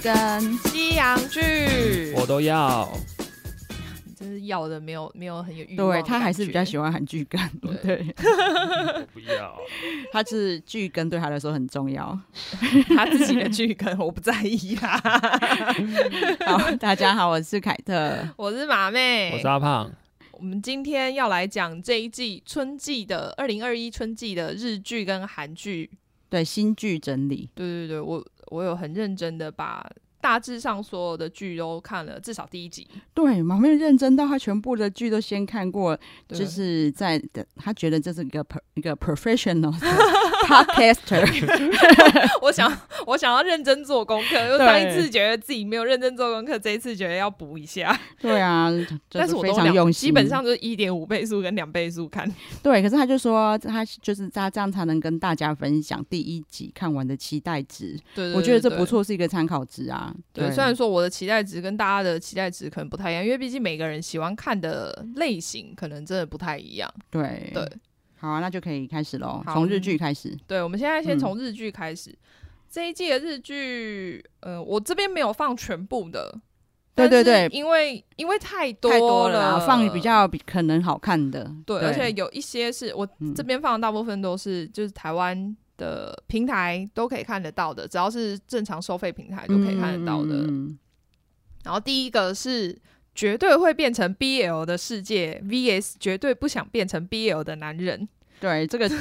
成西洋剧， 我都要。你真是要的没有没有很有欲望的对感觉，他还是比较喜欢韩剧 感，对，我不要，他是剧根对他来说很重要。 他自己的剧跟我不在意啊。好， 大家好，我是凯特。我是马妹，我是啊阿胖。我们今天要来讲这一季春季的二零二一春季的日剧跟韩剧。对新剧整理，对对对，我我有很认真的把大致上所有的剧都看了，至少第一集。对毛妹认真到他全部的剧都先看过，对就是在他觉得这是一个 pro- 一个 professional 的 podcaster， 我想我想要认真做功课，因为对上一次觉得自己没有认真做功课，这一次觉得要补一下。对啊，就但是我非都常两用心，基本上就是一点五倍速跟两倍速看。对，可是他就说他就是他这样才能跟大家分享第一集看完的期待值，对对我觉得这对不错，是一个参考值啊。对，虽然说我的期待值跟大家的期待值可能不太一样，因为毕竟每个人喜欢看的类型可能真的不太一样。对对，好、啊，那就可以开始喽，好从日剧开始。对，我们现在先嗯从日剧开始。这一季的日剧，呃，我这边没有放全部的，对对但是对因为因为太多太多了了啊，放比较比可能好看的，对，而且有一些是我嗯这边放的大部分都是就是台湾的平台都可以看得到的，只要是正常收费平台都可以看得到的。嗯嗯然后第一个是绝对会变成 BL 的世界 VS 绝对不想变成 BL 的男人。对，这个剧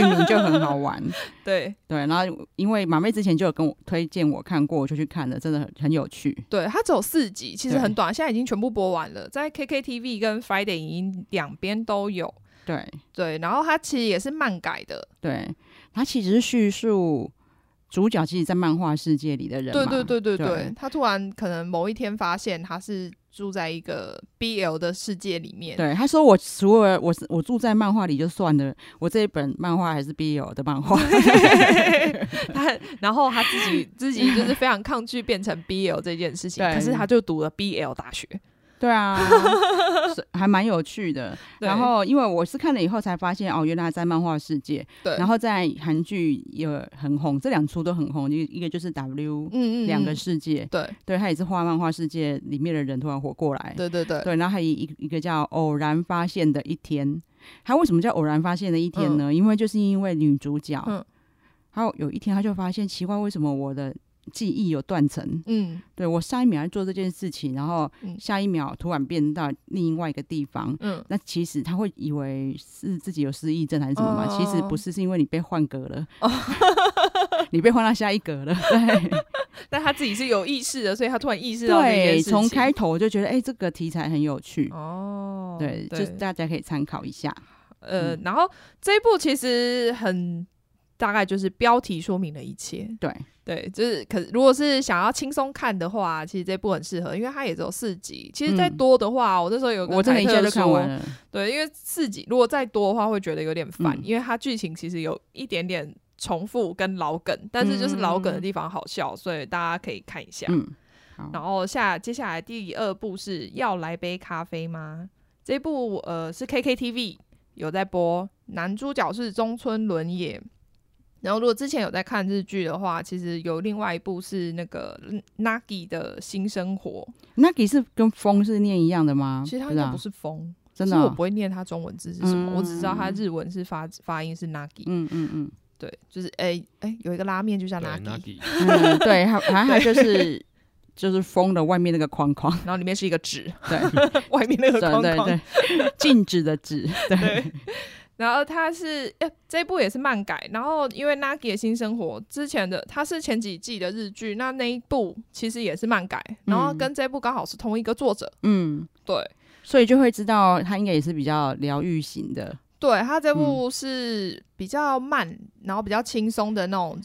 名就很好 玩。对，对，然后因为马妹之前就有跟我推荐我看过，我就去看了，真的很很有趣。对，它只有四集，其实对很短，现在已经全部播完了，在 KKTV 跟 Friday 影音两边都有。对对，然后它其实也是漫改的，对，它其实是叙述主角其实，在漫画世界里的人对嘛对对对对对，他突然可能某一天发现他是住在一个 BL 的世界里面， 对，他说我除了我是我住在漫画里就算了，我这一本漫画还是 BL 的漫画。他然后他自己自己就是非常抗拒变成 BL 这件事情， 对可是他就读了 BL 大学，对啊，是还蛮有趣的。 对然后因为我是看了以后才发现，哦，原来在漫画世界，对，然后在韩剧也很红，这两出都很红，一个一个就是 W。嗯嗯两个哎嗯世界，对对他也是画漫画世界里面的人突然活过来，对对对对，然后还有一一个叫偶然发现的一天，他为什么叫偶然发现的一天呢？因为就是因为女主角，嗯还有有一天她就发现奇怪，为什么我的记忆有断层？嗯对我上一秒在做这件事情，然后嗯下一秒突然变到另外一个地方。嗯，那其实他会以为是自己有失忆症还是什么嘛？哦其实不是，是因为你被换格了， 你被换到下一格 了。对，但他自己是有意识的，所以他突然意识到这件对，事情从开头我就觉得，哎、这个题材很有趣，哦，对，就是大家可以参考一下。呃嗯，然后这一部其实很大概就是标题说明了一切，对，对，就是可如果是想要轻松看的话，其实这部很适合，因为它也只有四集。其实再嗯多的话，我那时候有跟我真的凯一特下就看说完。了。对，因为四集如果再多的话，会觉得有点烦，嗯因为它剧情其实有一点点重复跟老梗，但是就是老梗的地方好笑，所以大家可以看一下。嗯，然后下接下来第二部是要来杯咖啡吗？这部呃是 KKTV 有在播，男主角是中村伦也。然后如果之前有在看日剧的话，其实有另外一部是那个嗯 Nagi 的新生活， Nagi 是跟风是念一样的吗？其实它应对该啊不是风，真其的实我哦、不会念它中文字是什么，嗯我只知道它日文是发发音是 Nagi，、嗯嗯嗯对，就是哎哎有一个拉面就叫对 Nagi， ，Nagi，嗯，对，还还 还就是就是风的外面那个框框，然后里面是一个纸，对 外面那个对框对框对， 静止的止，对 对，然后他是，诶、这部也是漫改。然后因为 Nagi 的新生活之前的，它是前几季的日剧，那那一部其实也是漫改，然后跟这部刚好是同一个作者。嗯，对，所以就会知道他应该也是比较疗愈型的，对，他嗯这部是比较慢，然后比较轻松的那种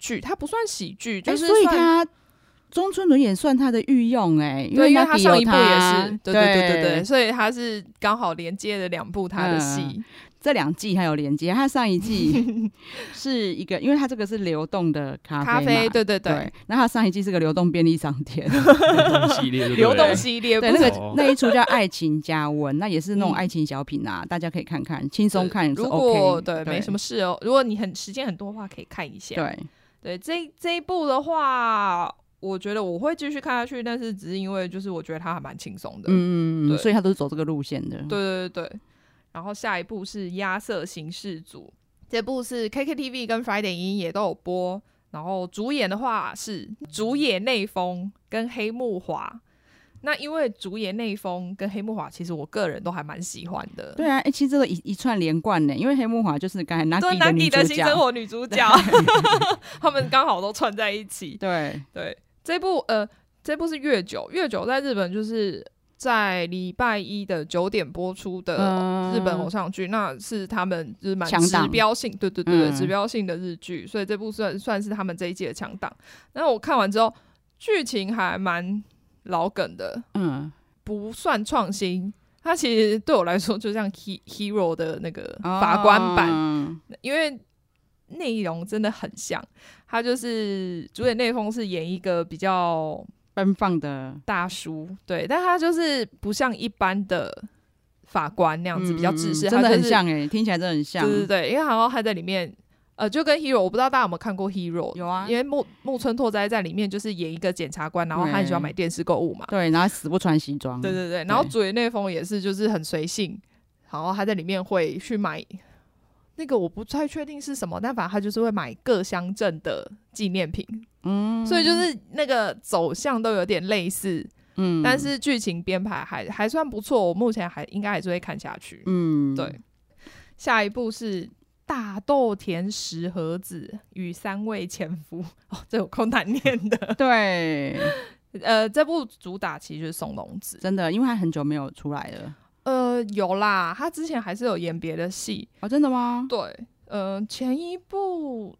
剧，它不算喜剧，哎、就是所以算他。中村伦也算他的御用哎、因对，为因为他 Nagi 上一有部也他是，对对对对对对，所以他是刚好连接了两部他的戏。嗯这两季还有连接。他上一 季是一个，因为他这个是流动的咖啡嘛，咖啡，对对对，对，那他上一季是个流动便利商 店，流动系列就对流了，动系列对，不那是个那一出叫《爱情加温》，那也是那种嗯爱情小品啊，大家可以看看，轻松看是如 OK。果对没什么事哦，如果你很时间很多的话，可以看一下。对，对，这这一部的话，我觉得我会继续看下去，但是只是因为就是我觉得它还蛮轻松的。嗯嗯嗯，对所以他都是走这个路线的。，对对对对。然后下一部是《压色刑事组》，这部是 KKTV 跟 Friday 音也都有播。然后主演的话是主演内丰跟黑木华。那因为主演内丰跟黑木华，其实我个人都还蛮喜欢的。对啊，哎、其实这个一一串连贯呢，因为黑木华就是刚才拿对，给拿女你主的新生角，活女主角， 他们刚好都串在一起。对，对，这部呃，这部是月九，月九在日本就是在礼拜一的九点播出的嗯日本偶像剧，那是他们就是蛮强指档标性，对对对对，嗯指标性的日剧，所以这部算算是他们这一季的强档。那我看完之后，剧情还蛮老梗的，嗯，不算创新。它其实对我来说，就像 He Hero 的那个法官版，嗯因为内容真的很像。他就是主演内丰是演一个比较奔放的，大叔，对，但他就是不像一般的法官那样子、嗯比较自私，嗯真的他就很是，像哎，听起来真的很像。对对对，因为好像还在里面，呃，就跟 Hero，我不知道大家有没有看过 Hero，有啊因为木木村拓哉在里面就是演一个检察官，然后他很喜欢买电视购物嘛，对，然后死不穿西装。对对对，然后主演内丰也是就是很随性，然后他在里面会去买。那个我不太确定是什么，但反正他就是会买各乡镇的纪念品，嗯，所以就是那个走向都有点类似，嗯，但是剧情编排还还算不错，我目前还应该还是会看下去。嗯，对，下一部是大豆田十和子与三位前夫，哦，这有空难念 的。对，呃，这部主打其实就是松隆子，真的，因为他很久没有出来了。呃，有啦，他之前还是有演别的戏，哦，真的吗？对，呃，前一部。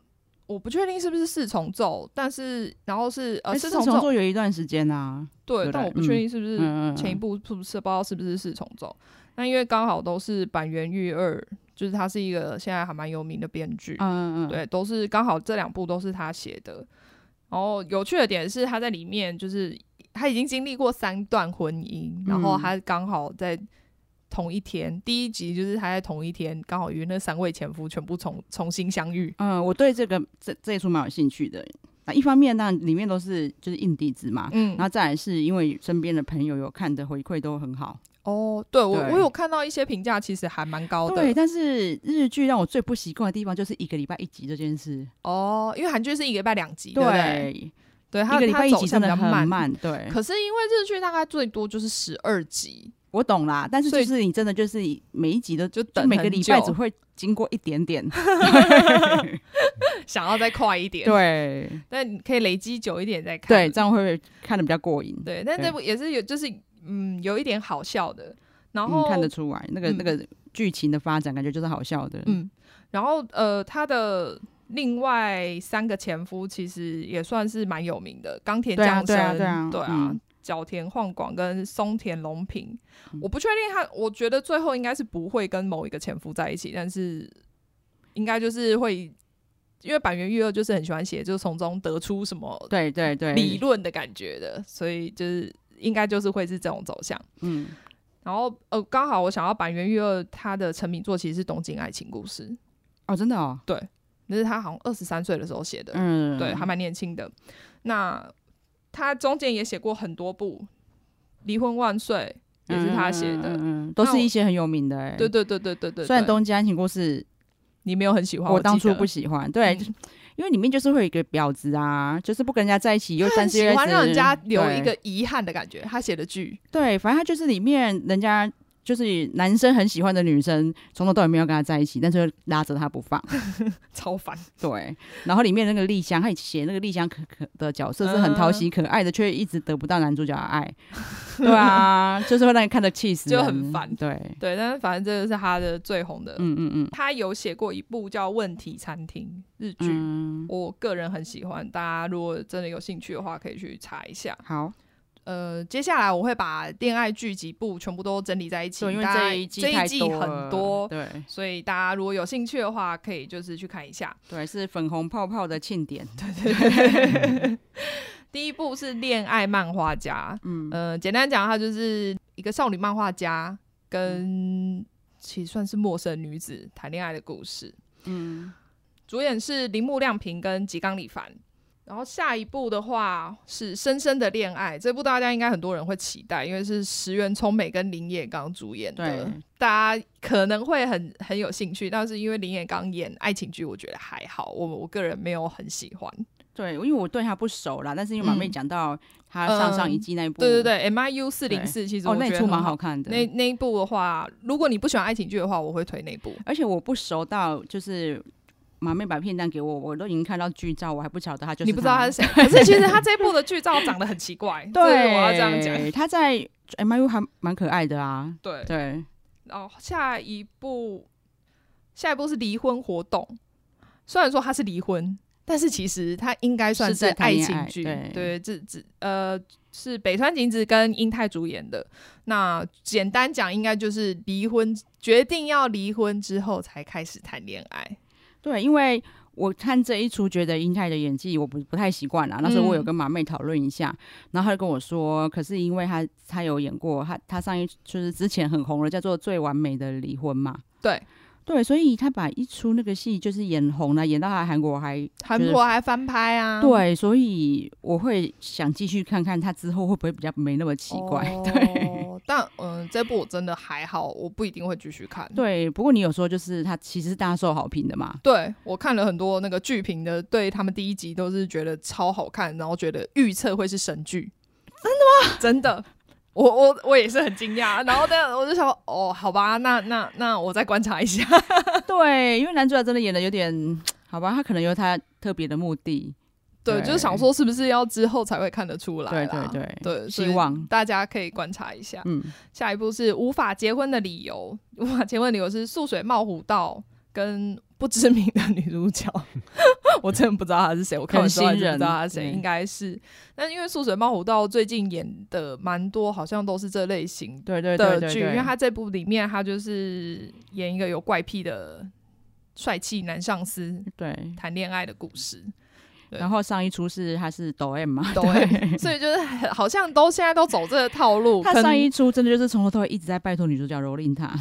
我不确定是不是四重奏，但是然后是呃哎四是重重奏做有一段时间啊。对，对但我不确定是不是嗯嗯嗯前一部是不是不知道是不是四重奏。那因为刚好都是板垣裕二，就是他是一个现在还蛮有名的编剧，嗯嗯嗯，对，都是刚好这两部都是他写的。然后有趣的点是，他在里面就是他已经经历过三段婚姻，然后嗯他刚好在同一天，第一集就是他在同一天刚好与那三位前夫全部重重新相遇。嗯，我对这个这这一出蛮有兴趣的。那一方面，那里面都是就是硬底子嘛，嗯然，后再来是因为身边的朋友有看的回馈都很好。哦，对我对我有看到一些评价，其实还蛮高对，的。但是日剧让我最不习惯的地方就是一个礼拜一集这件事。哦，因为韩剧是一个礼拜两集，对不对？对，对，一它个礼拜它一走集向真比的较很慢。慢。对，可是因为日剧大概最多就是十二集，我懂啦，但是所就以是你真的就是每一集都就就等每个很礼拜久只会经过一点点。 想要再快一点，，对但你可以累积久一点再看。对，这样会不会看的比较过瘾？对，但这部也是有，就是嗯，有一点好笑的。然嗯后、，看得出来那个嗯那个剧情的发展，感觉就是好笑的。嗯，然后呃，他的另外三个前夫其实也算是蛮有名的，冈田对啊将生，对啊对啊嗯角田晃广跟松田龙平。我不确定他，我觉得最后应该是不会跟某一个前夫在一起，但是应该就是会。因为板垣裕二就是很喜欢写，就是从中得出什么对对对，理论的感觉的，所以就是应该就是会是这种走向。嗯，然后呃，刚好我想要板垣裕二他的成名作其实是《东京爱情故事》，哦，真的哦，那是他好像二十三岁的时候写的，嗯，对，还蛮年轻的。那他中间也写过很多部，《离婚万岁》也是他写的。嗯嗯嗯都是一些很有名的哎。对对对对对对，虽然《对东京爱情故事》你没有很喜欢，我记当初得不喜欢，对，嗯因为里面就是会有一个婊子啊，就是不跟人家在一起，又他但很是又喜一欢直让人家留一对个遗憾的感觉。他写的剧，对，反正他就是里面人家就是男生很喜欢的女生，从头到尾没有跟他在一起，但是又拉着他不放。超烦，对，然后里面那个丽香，他写那个丽香可可的角色是很讨嗯喜可爱的，却一直得不到男主角的爱。 对啊，就是会让你看得气死，就很烦对，对，但是反正这个是他的最红的。嗯嗯嗯他有写过一部叫《问题餐厅》日剧，嗯，我个人很喜欢，大家如果真的有兴趣的话，可以去查一下。好，呃，接下来我会把恋爱剧几部全部都整理在一起，对，因为大家这一季这太一季很了多，对所以大家如果有兴趣的话，可以就是去看一下。 对，是粉红泡泡的庆典，第一部是《恋爱漫画家》，嗯，呃，简单讲，它就是一个少女漫画家跟、其实算是陌生女子谈恋爱的故事。嗯主演是铃木亮平跟吉冈里帆。然后下一部的话是《深深的恋爱》，这部大家应该很多人会期待，因为是石原聪美跟林野刚主演的对，大家可能会很很有兴趣。但是因为林野刚演爱情剧，我觉得还好，我我个人没有很喜欢。对，因为我对他不熟啦，但是因为马妹嗯讲到他上上一嗯季那一部，对对对，M I U 四零四其实我哦，那一觉得出很蛮好看的。那那一部的话，如果你不喜欢爱情剧的话，我会推那一部。而且我不熟到就是马妹把片段给我，我都已经看到剧照，我还不晓得他就是你不知道他是 谁，可是其实他这一部的剧照长得很奇怪，对，这是我要这样讲。他在 M I U 还蛮可爱的啊，对，对，然后下一步，下一步是离婚活动。虽然说他是离婚，但是其实他应该算是在谈爱恋情爱剧。对对，这这呃是北川景子跟英泰主演的。那简单讲，应该就是离婚，决定要离婚之后才开始谈恋爱。对，因为我看这一出，觉得英泰的演技我不不太习惯啦。那时候我有跟马妹讨论一下，然后她就跟我说，可是因为她她有演过，她她上一就是之前很红的叫做《最完美的离婚》嘛，对，对，所以她把一出那个戏就是演红了，演到她韩国还、韩就是国还翻拍啊，，对，所以我会想继续看看她之后会不会比较没那么奇怪。对，哦但嗯、这部我真的还好，我不一定会继续 看。对，不过你有说就是她其实是大受好评的 嘛，对我看了很多那个剧评的，对他们第一集都是觉得超好看，然后觉得预测会是神剧，真的吗？真的，我我我也是很惊讶，然后但我就想说，哦，好吧，那那那我再观察 一下。对，因为男主角真的演的有点好吧，他可能有他特别的目的，对，对就是想说是不是要之后才会看得出来对啦对对对，所以希望。大家可以观察一下。嗯，下一步是无法结婚的理由， 无法结婚的理由是素水冒虎道跟不知名的女主角， 我真的不知道她是谁，我看完之后还是不知道她很是新谁，人应该是。但因为素水冒虎道最近演的蛮多，好像都是这类型对对对的对剧，对，因为她这部里面她就是演一个有怪癖的帅气男上司对。谈恋爱的故事。对然后上一出是他是抖 M 嘛，抖 M 所以就是很好像都现在都走这个套路，他可能上一出真的就是从头到尾一直在拜托女主角蹂躏 他，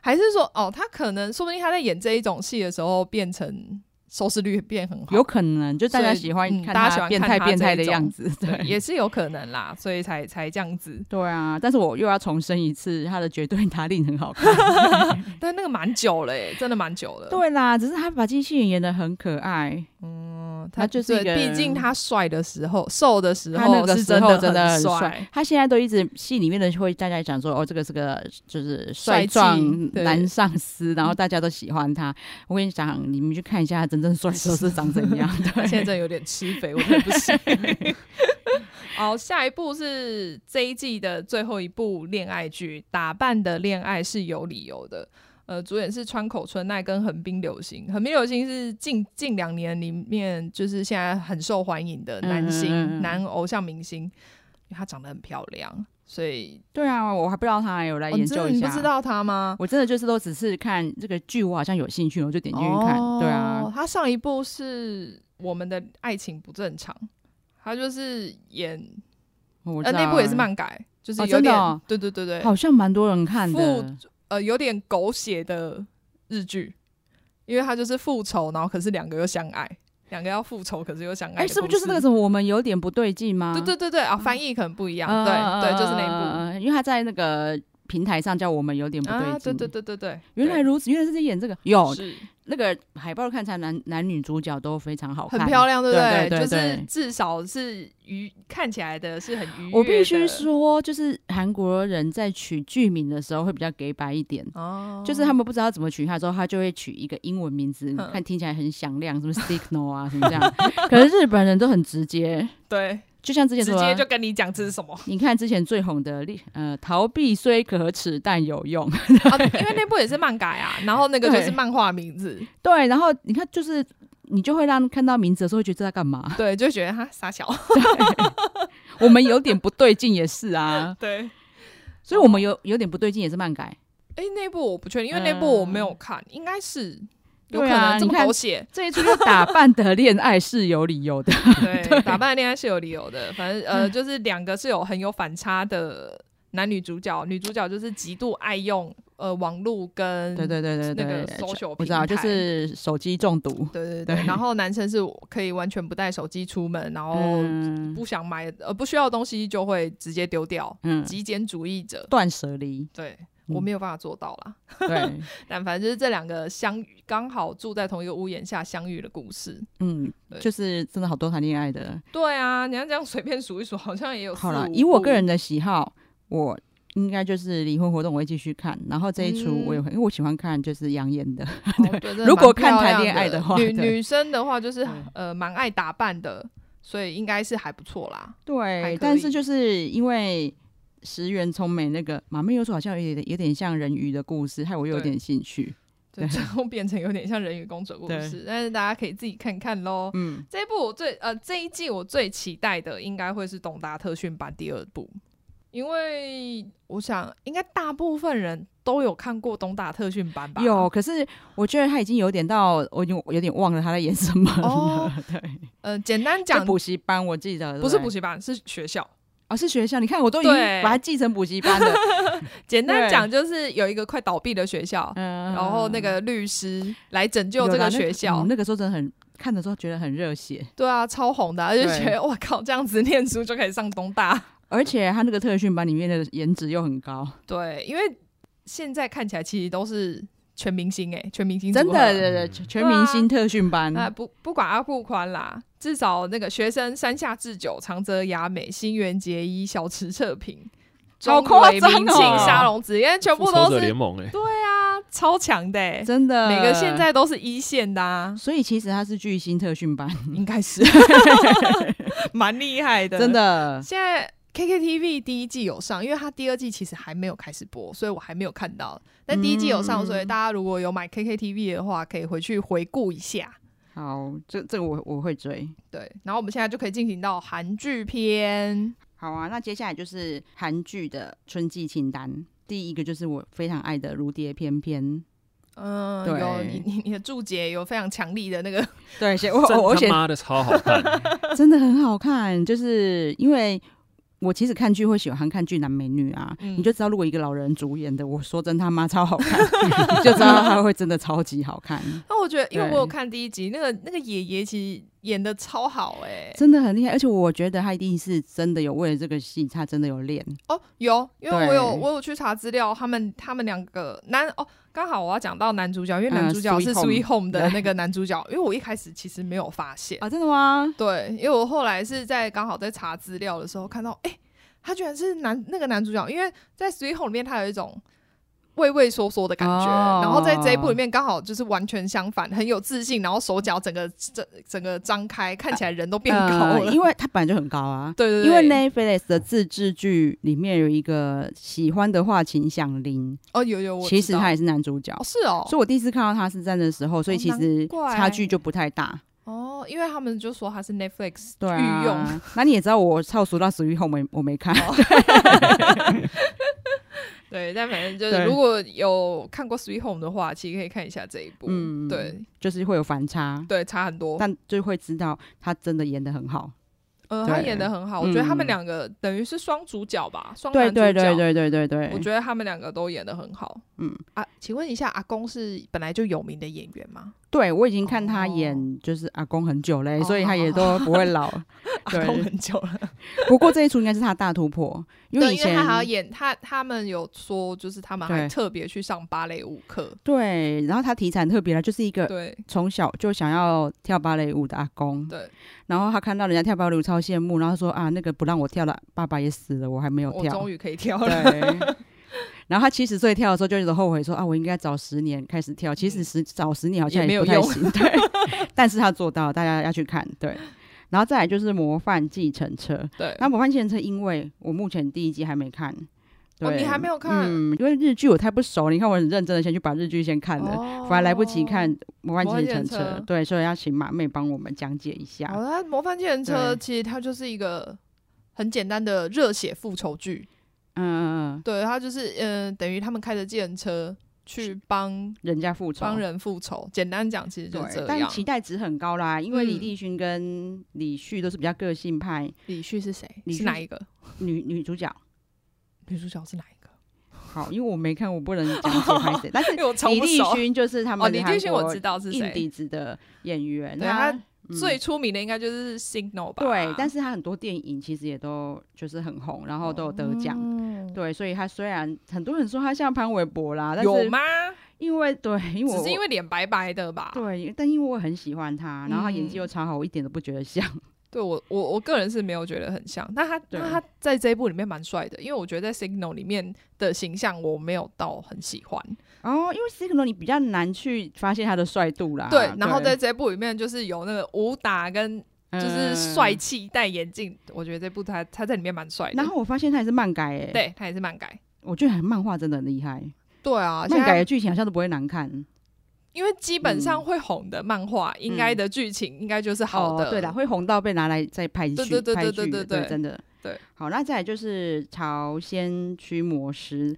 还是说，哦，他可能说不定他在演这一种戏的时候，变成收视率变很好，有可能就大家所以喜欢嗯看大家喜他欢变看态他变这态一的种样 子，对也是有可能啦，所以才才这样子。对啊。但是我又要重申一次，他的绝对打 令很好 看，但那个蛮久了、欸，真的蛮久了。，嗯对啦，只是他把机器人演的很可爱，嗯，他就是一对个毕竟他帅的时候，瘦的时他那候个是时候的真的很很帅，，他现在都一直戏里面的会大家讲说，哦，这个是个就是帅气壮对男上司，然后大家都喜欢他。我跟你讲，你们去看一下他真正帅的时候是长怎样。他 对，现在真的有点吃肥，我真的不行。 好，下一部是这一季的最后一部恋爱剧，《打扮的恋爱是有理由的》。呃，主演是川口春奈跟横滨流星。横滨流星是近近两年里面就是现在很受欢迎的男星、嗯嗯嗯嗯男偶像明星，因为她长得很漂亮，所以对啊，我还不知道他欸，我来哦你研真的究你一不下。知道她吗？我真的就是都只是看这个剧，我好像有兴趣，我就点进去看。对哦啊，，他上一部是《我们的爱情不正常》，他就是演我知呃，道那部也是漫改，就是哦有真的点，哦对对对对，好像蛮多人看的。呃，有点狗血的日剧，因为它就是复仇，然后可是两个又相爱，两个要复仇，可是又相爱的哎，故事。是不是就是那个什么？我们有点不对劲吗？对对对对啊，翻译可能不一样，嗯，对对，就是那一部。那一部，因为他在那个平台上叫我们有点不对啊，劲。对对对对对，原来对如此，原来是在演这个。有是那个海报看起来男男女主角都非常好看，很漂亮，对不对对对就是对至少是愉看起来的是很愉悦的。我必须说，就是韩国人在取剧名的时候会比较给白一点。哦，就是他们不知道怎么取它之后，他就会取一个英文名字，嗯看听起来很响亮，什么 signal 啊，什么这样。可是日本人都很直接，对，就像之前直说，接就跟你讲这是什么你看之前最红的，呃，逃避虽可耻但有用。 啊？因为那部也是漫改啊，然后那个就是对漫画名字，对，然后你看，就是你就会让看到名字的时候会觉得这在干嘛？对，就觉得他傻小，我们有点不对劲也是啊，对。所以我们有有点不对劲也是漫改。哎、那部我不确定，因为那部我没有看，应该是有可嗯对啊能这你么看。狗血 这一出就打扮的恋爱是有理由的，对，打扮的恋爱是有理由的，反正嗯呃，就是两个是有很有反差的男女主角，女主角就是极度爱用呃网络跟 对对对对那个对， social 我知道，平就台是手机中毒，对对对，对然后男生是可以完全不带手机出门，然后嗯不想买呃不需要的东西就会直接丢掉，嗯，极简主义者。断舍离，对嗯我没有办法做到啦，对，但反正就是这两个相遇，刚好住在同一个屋檐下相遇的故事。 嗯对，就是真的好多谈恋爱的。对啊，你要这样随便数一数，好像也有好了了，，以我个人的喜好，我应该就是离婚活动我会继续看，然后这一出嗯我也会，因为我喜欢看就是养眼的，哦，对真 的如蛮果看漂谈亮恋爱的话女对女生的话就是嗯呃蛮爱打扮的，所以应该是还不错啦。还对可，但是以就是因为。石原聪美那个马妹又说好像有点有点像人鱼的故事，害我又有对点兴趣。对，对最后变成有点像人鱼公主的故对事，但是大家可以自己看看喽。嗯，这一部我最呃这一季我最期待的应该会是《董达特训班》第二部，因为我想应该大部分人都有看过《董达特训班》吧？有，可是我觉得他已经有点到，我已经有点忘了他在演什么了。哦 对，呃，简单就讲，补习班，我记得不是补习，习班，是学校。哦，是学校。你看，我都已经对把它记成补习班了。简单对讲就是有一个快倒闭的学校， 嗯，然哦后那个律师来拯救有这啦个那学校，嗯那个时候真的很看的时候觉得很热血，对啊，超红的啊、而且对觉得哇靠，这样子念书就可以上东 大，而且他那个特训班里面的颜值又很高，对，因为现在看起来其实都是全明星哎、全明星真组合的对全全明星特训班，嗯啊，不不管阿布宽啦，至少那个学生山下智久、长泽雅美、新垣结衣、小池彻平、好中尾夸张哦明庆、沙龙子，因为全部复仇都者是联盟哎，啊超强的、欸，真的每个现。在都是一线 的啊，所以其实他是巨星特训 班， 应该是蛮厉害的，真。的。现在 KKTV 第一季有上，因为它第二季其实还没有开始播，所以我还没有看到。但第一季有上，嗯所以大家如果有买 KKTV 的话，可以回去回顾一下。好，这这个我我会追。对，然后我们现在就可以进行到韩剧篇。好啊，那接下来就是韩剧的春季清单，第一个就是我非常爱的《如蝶翩翩》。嗯，对有你你你的注解有非常强力的那个，对， 写我我我真写他妈的超好 看，真的很好看，就是因为我其实看剧会喜欢看俊男美女啊，你嗯就知道如果一个老人主演的，我说真他妈超好看， 你就知道他会真的超级好看，那我觉得，因为对我有看第一集，那个那个爷爷其实演的超好哎、真的很厉害。而且我觉得他一定是真的有为了这个戏，他真的有练。哦，有，因为对我有我有去查资料，他们他们两个男哦，刚好我要讲到男主角，因为男嗯主角是《 Sweet Home Sweet Home》的对那个男主角，因为我一开始其实没有发现，啊，真的吗？对，因为我后来是在刚好在查资料的时候看到，哎、他居然是男那个男主角，因为在《Sweet Home》里面他有一种。畏畏缩缩的感觉哦然后在这一部里面刚好就是完全相反，很有自信，然后手脚整个整整个张开，看起来人都变高了。呃因为他本来就很高啊。对对对，因为 Netflix 的自制剧里面有一个喜欢的话，请响铃，哦有有，我其知实道他也是男主角哦，是哦，所以我第一次看到他是站的时候，所以哦其难实怪差距就不太大。哦，因为他们就说他是 Netflix 对御用， 啊，那你也知道我超熟到死于后没我没看， 对，但反正就是对如果有看过《Sweet Home》的话，其实可以看一下这一部，嗯对就是会有反差，对，差很多。但就会知道他真的演的很好。呃，他对演的很好，我觉得他嗯们两个等于是双主角吧，双对男主对角。对对对对对，我觉得他们两个都演的很好嗯，啊。请问一下，阿公是本来就有名的演员 吗？对我已经看他哦演就是阿公很久嘞，哦所以他也都不会 老。对阿公很久了，不过这一出应该是他的大突破，因为对，以因为前他还要演他，他们有说就是他们还对特别去上芭蕾舞课，对，然后他题材很特别了，就是一个对从小就想要跳芭蕾舞的阿公，对，然后他看到人家跳芭蕾舞超羡慕，然后说啊那个不让我跳了，爸爸也死了，我还没有我跳，哦终于可以跳了， 对。然后他七十岁跳的时候，就一直后悔说啊，我应该早十年开始跳。其实十早十年好像嗯也没有不太用行，对。 但是他做到，大家要去看，对。然后再来就是《模范计程车》，对，那《模范计程车》因为我目前第一季还没看，哦对，你还没有看嗯，因为日剧我太不熟，你看我很认真的先去把日剧先看了，哦反而来不及看《模范计程模范计车程车》，哦对，所以要请马妹帮我们讲解一下。好啦，《模范计程车》对其实它就是一个很简单的热血复仇剧，嗯，嗯嗯对，它就是嗯、呃等于他们开着计程车去帮人家复仇，帮人复仇。简单讲，其实就是对，这但样。期待值很高啦，因为李嗯立勋跟李旭都是比较个性派李旭是谁？李是旭哪一个？女女主角，女主角是哪一个？好，因为我没看，我不能讲解 拍谁。但是因为我从李不立熟。勋就是他哦，们李的立韩勋我国知道是硬谁，底子的演员，对他他最出名的应该就是 Signal 吧？嗯对，但是他很多电影其实也都就是很红，然后都有得奖。嗯对，所以他虽然很多人说他像潘玮柏啦，但有是吗？因为对，因为我只是因为脸白白的吧？对，但因为我很喜欢他，然后他演技嗯又超好，我一点都不觉得像。 对我我我个人是没有觉得很像，但他对那他在这一部里面蛮帅的，因为我觉得在 Signal 里面的形象我没有到很喜欢。哦，因为 Signal 你比较难去发现他的帅度啦。对，然后在这一部里面就是有那个武打跟就是帅嗯气戴眼镜，我觉得这部他他在里面蛮帅的。然后我发现他也是漫改诶、，对他也是漫改，我觉得漫画真的很厉害，对啊，现漫改在的剧情好像都不会难看。因为基本上嗯会红的漫画，应该的剧情应该就是好的。哦，对的，会红到被拿来再拍剧，对对对拍对剧对的对对真的。对，好，那再来就是朝鲜驱魔师，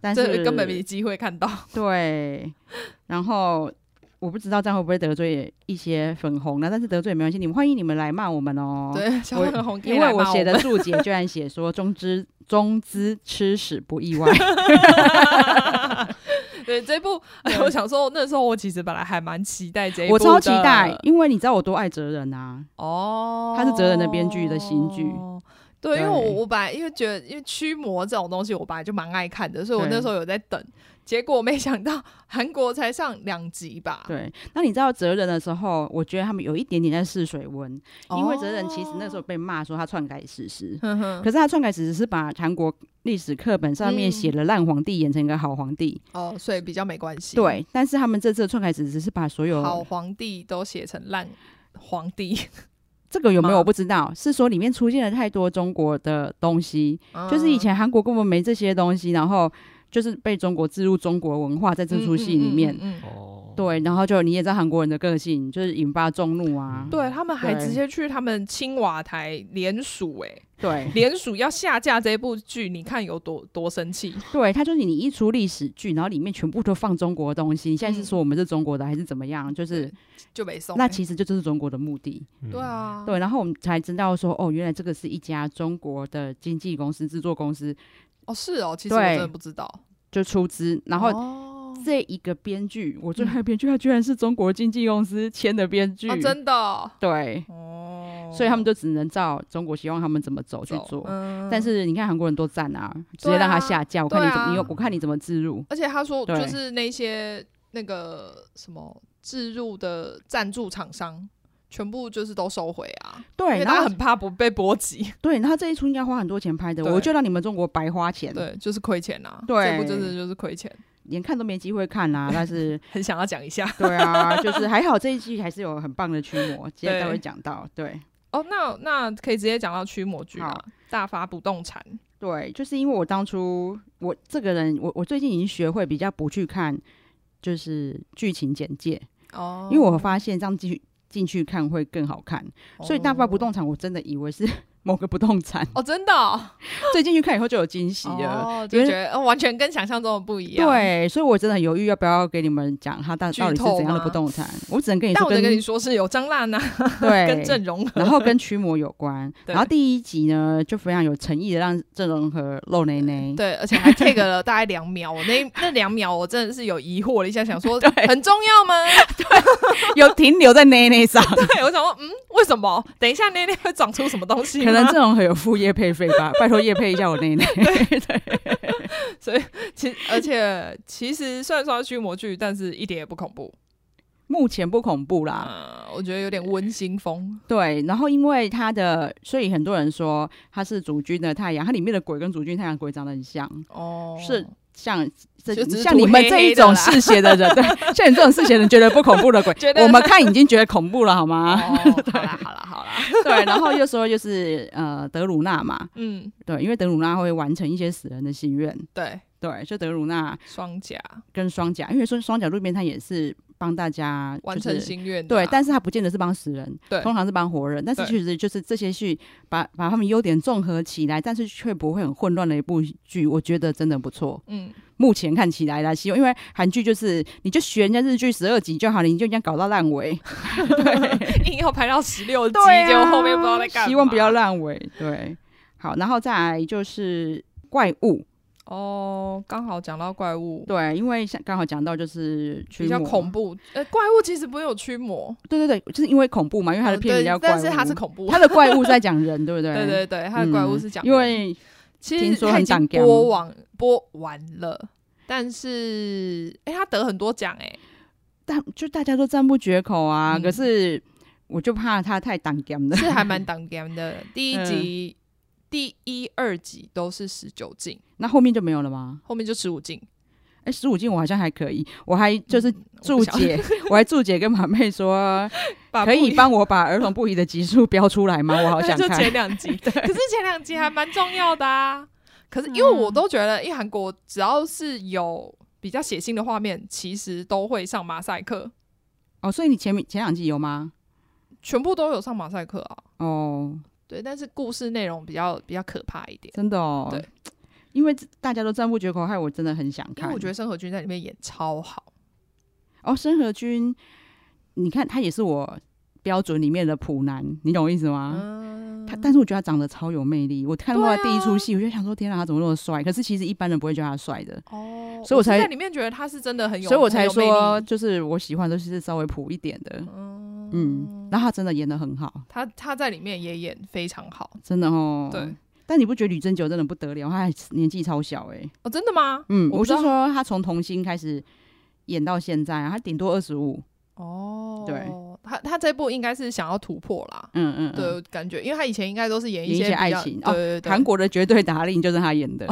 但这是哦根本没机会看到。对，然后我不知道这样会不会得罪一些粉红呢？但是得罪也没关系，你们欢迎你们来骂我们哦。，对，小粉红可以因来为我骂写们的注解居然写 说中资中资吃屎不意外，对这部， 我想说那时候我其实本来还蛮期待这一部，我超期待，因为你知道我多爱哲人啊。哦，他是哲人的编剧的新剧。对，因为我对我本来因为觉得因为驱魔这种东西我本来就蛮爱看的，所以我对那时候有在等，结果没想到韩国才上两集吧，对，那你知道哲人的时候，我觉得他们有一点点在试水温，哦，因为哲人其实那时候被骂说他篡改史实，哼哼，可是他篡改史实是把韩国历史课本上面嗯写了烂皇帝演成一个好皇帝，哦，所以比较没关系，，对，但是他们这次的篡改史实是把所有好皇帝都写成烂皇帝，这个有没有吗我不知道，是说里面出现了太多中国的东西， 就是嗯以前韩国根本没这些东西，然后就是被中国植入中国文化在这出戏里面。嗯，嗯嗯嗯嗯哦，对，然后就你也知道韩国人的个性，就是引发众怒啊。对他们还对直接去他们青瓦台联署、 欸，对联署要下架这部剧，你看有多多生气？对，他就是你一出历史剧，然后里面全部都放中国的东西，你现在是说我们是中国的还是怎么样？就是就没送、那欸其实就这是中国的目的。嗯对，啊，对，然后我们才知道说，哦，原来这个是一家中国的经纪公司、制作公司哦是哦，其实我对真的不知道。就出资，然后哦嗯这一个编剧，我最爱的编剧，他居然是中国经纪公司签的编剧，哦真的哦对，哦，所以他们就只能照中国希望他们怎么走去走做。嗯但是你看韩国人多赞啊，直接对啊让他下架，我看你怎么，对啊你有我看你怎么自入。而且他说，对就是那些那个什么置入的赞助厂商，全部就是都收回啊，因对，为然他后很怕不被 波及，对，然后这一出应该花很多钱拍的，对我就让你们中国白花钱，对，就是亏钱啊。对这部就是就是亏钱，连看都没机会看 啦、但是很想要讲一下对啊，就是还好这一季还是有很棒的驱魔，接下来对待会讲到。对哦。那那可以直接讲到驱魔剧啊好，大发不动产，对，就是因为我当初我这个人，我我最近已经学会比较不去看就是剧情简介，哦因为我发现这样进去进去看会更好看，所以大发不动产我真的以为是 某个不动产，哦，真的哦，所以进去看以后就有惊喜了。哦，就觉得哦完全跟想象中的不一样。，对，所以我真的很犹豫要不要给你们讲它到剧到底是透怎样的吗不动产，我只能跟你 但说我得跟 跟你哎说是有张娜娜跟对郑容和，然后跟驱魔有关。 对然后第一集呢，就非常有诚意的让郑容和露内内。 对，而且还 take 了大概两秒，我那那两秒我真的是有疑惑了一下，想 说很重要吗？有停留在内内 上，对，我想说，嗯，为什么？等一下那那会长出什么东西吗？可能郑容和有付叶配费吧，拜托叶配一下我 内内。其而且其实虽然说它是驱魔剧，但是一点也不恐怖 目前不恐怖啦，啊、我觉得有点温馨风。对。然后因为他的，所以很多人说他是主君的太阳，它里面的鬼跟主君太阳鬼长得很像， 哦，是像这就只是像你们这一种涂黑黑的嗜啦血的人，对，像你这种嗜血的人觉得不恐怖的鬼 觉，得我们看已经觉得恐怖了，好哦， 吗？好啦好啦好啦， 对。然后又说就是呃德鲁纳嘛，嗯，对，因为德鲁纳会完成一些死人的心愿。对，对，就德鲁纳双甲跟双甲，因为说双甲路边摊也是帮大家、就是、完成心愿的啊、对，但是他不见得是帮死人，对通常是帮活人。但是对确实就是这些剧把把他们优点综合起来，但是却不会很混乱的一部剧，我觉得真的不错。嗯， 目前看起来啦，希望因为韩剧就是你就学人家日剧十二集就好了，你就这样搞到烂尾， 硬要排到十六集，啊结啊果后面不知道在干嘛。希望不要烂尾。对，好，然后再来就是怪物，哦，刚好讲到怪物，对，因为像刚好讲到就是驱比较魔恐，怖。呃，怪物其实不会有驱魔，对对对，就是因为恐怖嘛，因为他的嗯片名对叫怪物，但是它是恐怖。他的怪物在讲人，对不对？ 对对对，它的怪物是讲嗯因为其听实说他很已经当家播完播完了，但是哎、他得很多奖哎、大就大家都赞不绝口啊，嗯可是我就怕他太挡 g 了。是还蛮当 game 的。第嗯一集、第一、二集都是十九禁， 那后面就没有了吗？后面就十五禁。哎，十五禁我好像还可以，我还就是嗯我不注晓得解， 我还注解跟马妹说， 把可以不帮我把儿童不宜的集数标出来吗？我好那想 就看前。两集，可是前两集还蛮重要的啊。可是因为嗯我都觉得，因为韩国只要是有比较血腥的画面，其实都会上马赛克，哦，所以你前面前两季有吗？全部都有上马赛克啊。哦，对，但是故事内容比较比较可怕一点，真的哦。对，因为这大家都赞不绝口，害我真的很想因看。为我觉得申河君在里面演超好，哦，申河君，你看他也是我标准里面的普男，你懂我意思吗？嗯，啊他，但是我觉得他长得超有魅力。我看过他对啊第一出戏，我就想说，天哪，他怎么那么帅？可是其实一般人不会觉得他帅的，哦，所以我我是才在里面觉得他是真的很有，所以我才很有魅力说，，就是我喜欢都是稍微普一点的。嗯嗯，然后他真的演的很好，他他在里面也演非常好，真的哦。对，但你不觉得吕珍九真的不得了？他还年纪超小哎、哦，真的吗？嗯，我我不不知是道说他从童星开始演到现在啊，他顶多二十五。哦，对，他他这部应该是想要突破啦，嗯嗯，对，我感觉，因为他以前应该都是演演一些些比较爱情哦对对嗯。对，韩国的绝对达令就是他演的，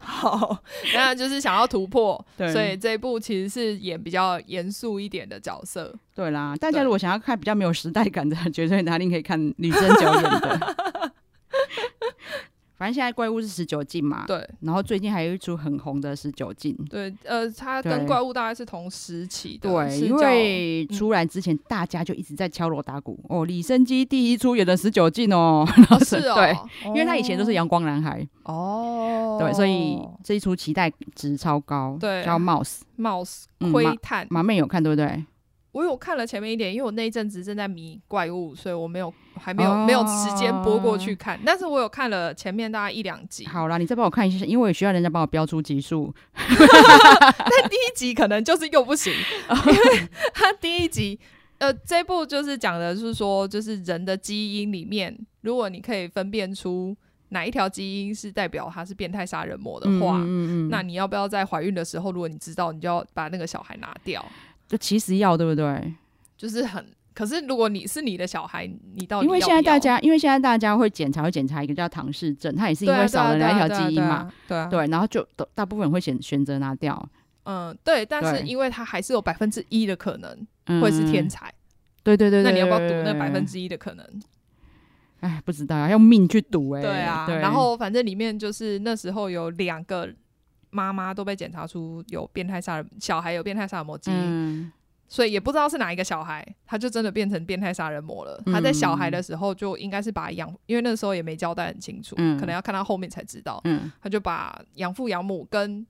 好， 那就是想要突破， 对所以这一部其实是演比较严肃一点的角色，对啦。大对家如果想要看比较没有时代感的， 绝对达令可以看吕珍九演的。 反正现在怪物是十九禁嘛，。对然后最近还有一出很红的十九禁，对，呃，他跟对怪物大概是同时期的，对，是因叫为嗯出来之前大家就一直在敲锣打鼓哦，李生基第一出演的十九禁哦， 哦是哦，对哦，因为他以前都是阳光男孩，哦，对，所以这一出期待值超高，对叫 Mouse。 Mouse 嗯窥马探，马妹有看对不对？我有看了前面一点，因为我那一阵子正在迷怪物，所以我没有还没有、哦没有时间播过去看，但是我有看了前面大概一两集，好啦，你再帮我看一下，因为我需要人家帮我标出集数。第一集可能就是又 不行，因为他第一集。呃，这部就是讲的是说，就是人的基因里面，如果你可以分辨出哪一条基因是代表他是变态杀人魔的话，嗯那你要不要在怀孕的时候，如果你知道，你就要把那个小孩拿掉，就其实要对不对？就是很。可是如果你是你的小孩，你到底因为要现在不要大家，因为现在大家会检查，会检查一个叫唐氏症，它也是因为少了那一条基因嘛，，啊对啊，对啊对啊对啊对啊对，然后就都大部分人会选选择拿掉，嗯，对，但是对因为他还是有百分之一的可能嗯会是天，才，对对对，那对你要不要赌那百分？对对之一的可能？哎，不知道啊，要命去赌哎，对啊，对然后反正里面就是那时候有两个妈妈都被检查出有变态杀人，小孩有变态杀人魔基因，嗯，所以也不知道是哪一个小孩，他就真的变成变态杀人魔了。他在小孩嗯的时候就应该是把养，因为那时候也没交代很清楚，嗯可能要看到后面才知道，嗯，他就把养父养母跟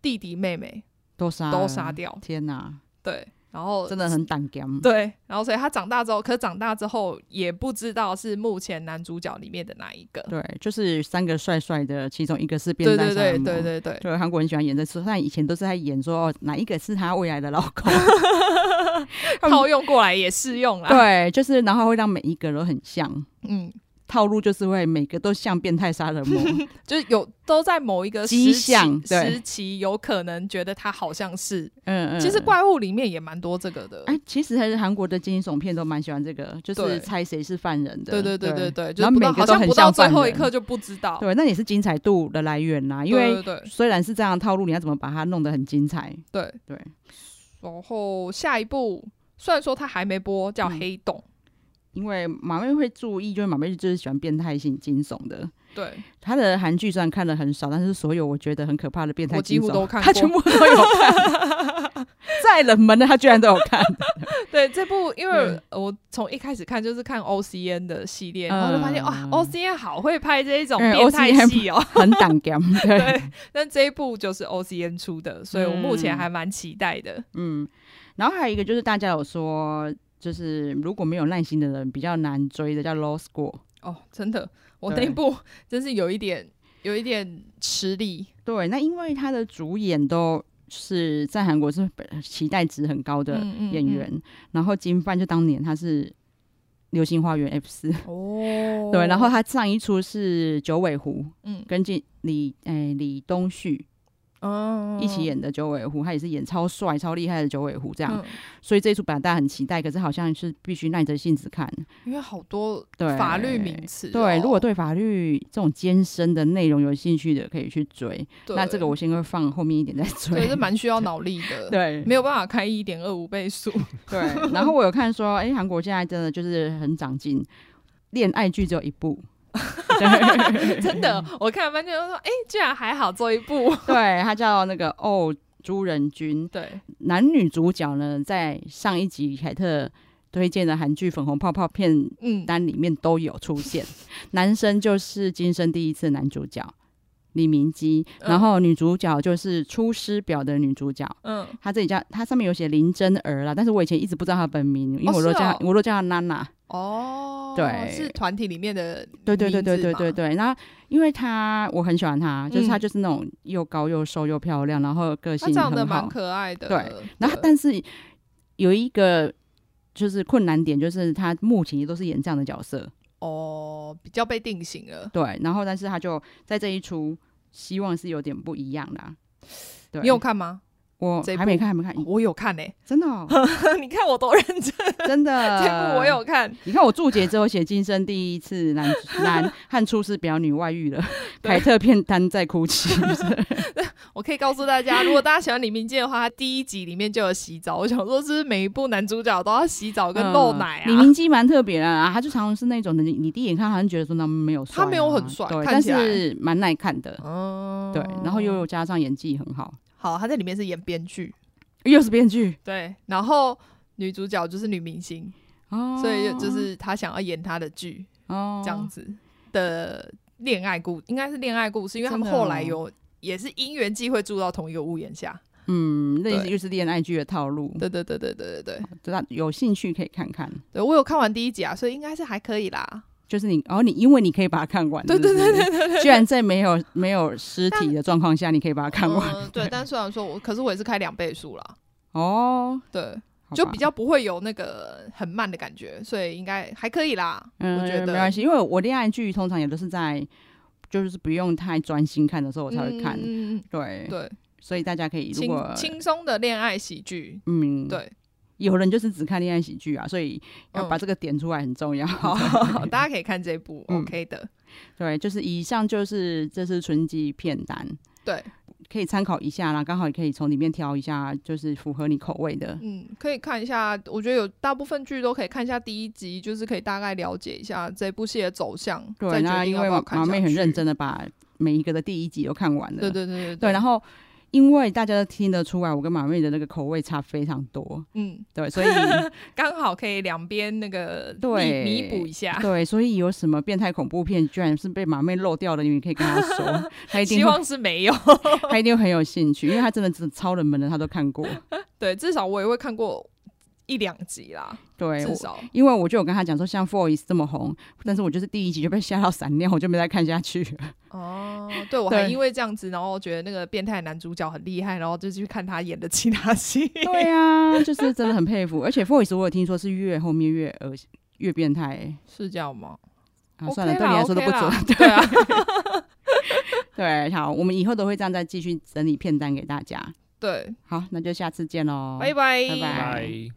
弟弟妹妹都杀都了杀，掉。天哪，对，然后真的很胆敢，对，然后所以他长大之后，可是长大之后也不知道是目前男主角里面的哪一个。对，就是三个帅帅的，其中一个是变对态对杀人对魔对对对，对，韩国人喜欢演这出，但以前都是在演说哦，哪一个是她未来的老 公？他们套用过来也适用啦。，对，就是然后会让每一个都很像，嗯，套路就是会每个都像变态杀人 魔，就是有都在某一个迹时期象对时期，有可能觉得他好像是。嗯嗯。其实怪物里面也蛮多这个的。哎，其实还是韩国的惊悚片都蛮喜欢这个，就对是猜谁是犯人的。对对对对对对，就是然后不每到个好都像很不到最犯后一人刻就不知道，对，那也是精彩度的来源啦，因对为。对对虽然是这样的套路，你要怎么把它弄得很精彩？对。对，然后下一部虽然说他还没播，叫《嗯黑洞》，因为马妹会注意，就是马妹就是喜欢变态性惊悚的。对，她的韩剧虽然看的很少，但是所有我觉得很可怕的变态我几惊悚，乎都看过她全部都有看。 再冷门的她居然都有看。对这部，因为嗯我从一开始看就是看 O C N 的系列，然后就发现哇嗯，O C N 好会拍这一种嗯变态戏哦。很胆敢，对， 对，但这一部就是 O C N 出的，所以我目前嗯还蛮期待的。嗯。然后还有一个就是大家有说，就是如果没有耐心的人比较难追的叫 low score，哦，真的，我那对一部真是有一点有一点吃力。对，那因为他的主演都是在韩国是呃期待值很高的嗯嗯演员，然后金范就当年他是《流星花园 F 四》哦对，然后他上一出是《九尾狐》，嗯跟进李诶、李东旭哦嗯一起演的《九尾狐》，他也是演超帅、超厉害的《九尾狐》这这样，所以这一出本来大家很期待，可是好像是必须耐着性子看。因为好多对法律名词哦、对，如果对法律这种艰深的内容有兴趣的，可以去追。对那这个我先会放后面一点再对追是。蛮需要脑力的，， 对，没有办法开一点二五倍速，对，然后我有看说，哎、韩国现在真的就是很长进，恋爱剧只有一部。对， 真的，我看完就说，哎、居然还好做一 部，对，它叫那个《哦朱仁君》，对，男女主角呢，在上一集凯特推荐的韩剧《粉红泡泡》片嗯，单里面都有出现， 男生就是今生第一次男主角李明基，嗯然后女主角就是《出师表》的女主角。嗯，她这里叫她上面有写林真儿啦，但是我以前一直不知道她本名，因为哦我都是叫她、哦我都叫她娜娜。哦，对是团体里面的，对对对对对对名字对，然后因为她我很喜欢她，就是她嗯就是那种又高又瘦又漂亮，然后个他性长得很蛮好，可爱的，对，然后对但是有一个就是困难点，就是她目前也都是演这样的角色，哦，比较被定型了。对，然后但是她就在这一出希望是有点不一样啦。对，嗯你有看吗？我这一哦还没看，还没看，我有看呢、欸真的哦、 你看我多认真，真的， 这部我。有看，你看我注解之后写今生第一次男男和出师表女外遇了，对凯特片单在哭 泣。我可以告诉大呃家，如果大家喜欢李明基的话，他第一集里面就有洗澡。我想说，是不是每一部男主角都要洗澡跟露奶啊？嗯李明基蛮特别的啊，他就常常是那种的，你你第一眼看好像觉得说他没有帅啊、他没有很帅对，看但起来是蛮耐看的，哦对，然后又有加上演技很好，好，他在里面是演编剧，又是编剧对，然后女主角就是女明星，哦，所以就是他想要演他的剧哦这样子的恋爱故，应该是恋爱故事，因为他们真的哦后来有。也是因缘际会住到同一个屋檐下，嗯，类似对就是恋爱剧的套路，对对对对对对对对吧？有兴趣可以看看。对，我有看完第一集啊，所以应该是还可以啦。就是你，哦然、后你因为你可以把它看完，对对对对对居然在没有没有尸体的状况下，你可以把它看完、嗯，对，但虽然说我，可是我也是开两倍速啦，哦，对，好吧就比较不会有那个很慢的感觉，所以应该还可以啦。嗯，我觉得没关系，因为我恋爱剧通常也都是在就是不用太专心看的时候我才会看，嗯嗯对嗯，对，所以大家可以如果轻轻松的恋爱喜剧，嗯，对，有人就是只看恋爱喜剧啊，所以要嗯把这个点出来很 重要。好，大家可以看这部嗯，OK 的， 对，就是以上就是这是春季片单，对，可以参考一下啦，刚好也可以从里面挑一下，就是符合你口味的。嗯，可以看一下。我觉得有大部分剧都可以看一下第一集，就是可以大概了解一下这部戏的走向，对，再那决因定要为不要马看马妹下很去认真，的把每一个的第一集都看完了，对对对对对然后因为大家都听得出来，我跟马妹的那个口味差非常多，嗯，对， 所以刚好可以两边那个对弥弥补一下。对，所以有什么变态恐怖片居然是被马妹漏掉的，你们可以跟她 说，她 一希定会，望是没有，她一定会很有兴趣，因为她真的是超冷门的，她都看 过。对，至少我也会看过一两集啦，对，至我少。因为我就有跟她讲说，像《Voice》这么红，但是我就是第一集就被吓到闪尿，我就没再看下去 了。哦，对，我还对因为这样子，然后觉得那个变态男主角很厉害，然后就去看他演的其他戏。 对啊，就是真的很佩服，而且《Voice》我有听说是越后面越恶心越变态、欸。是这样吗？啊， OK 算了，对啦你来说都不，OK 准 啦。对对啊，对，好，我们以后都会这样再继续整理片单给大家。对，嗯好，那就下次见喽，拜拜。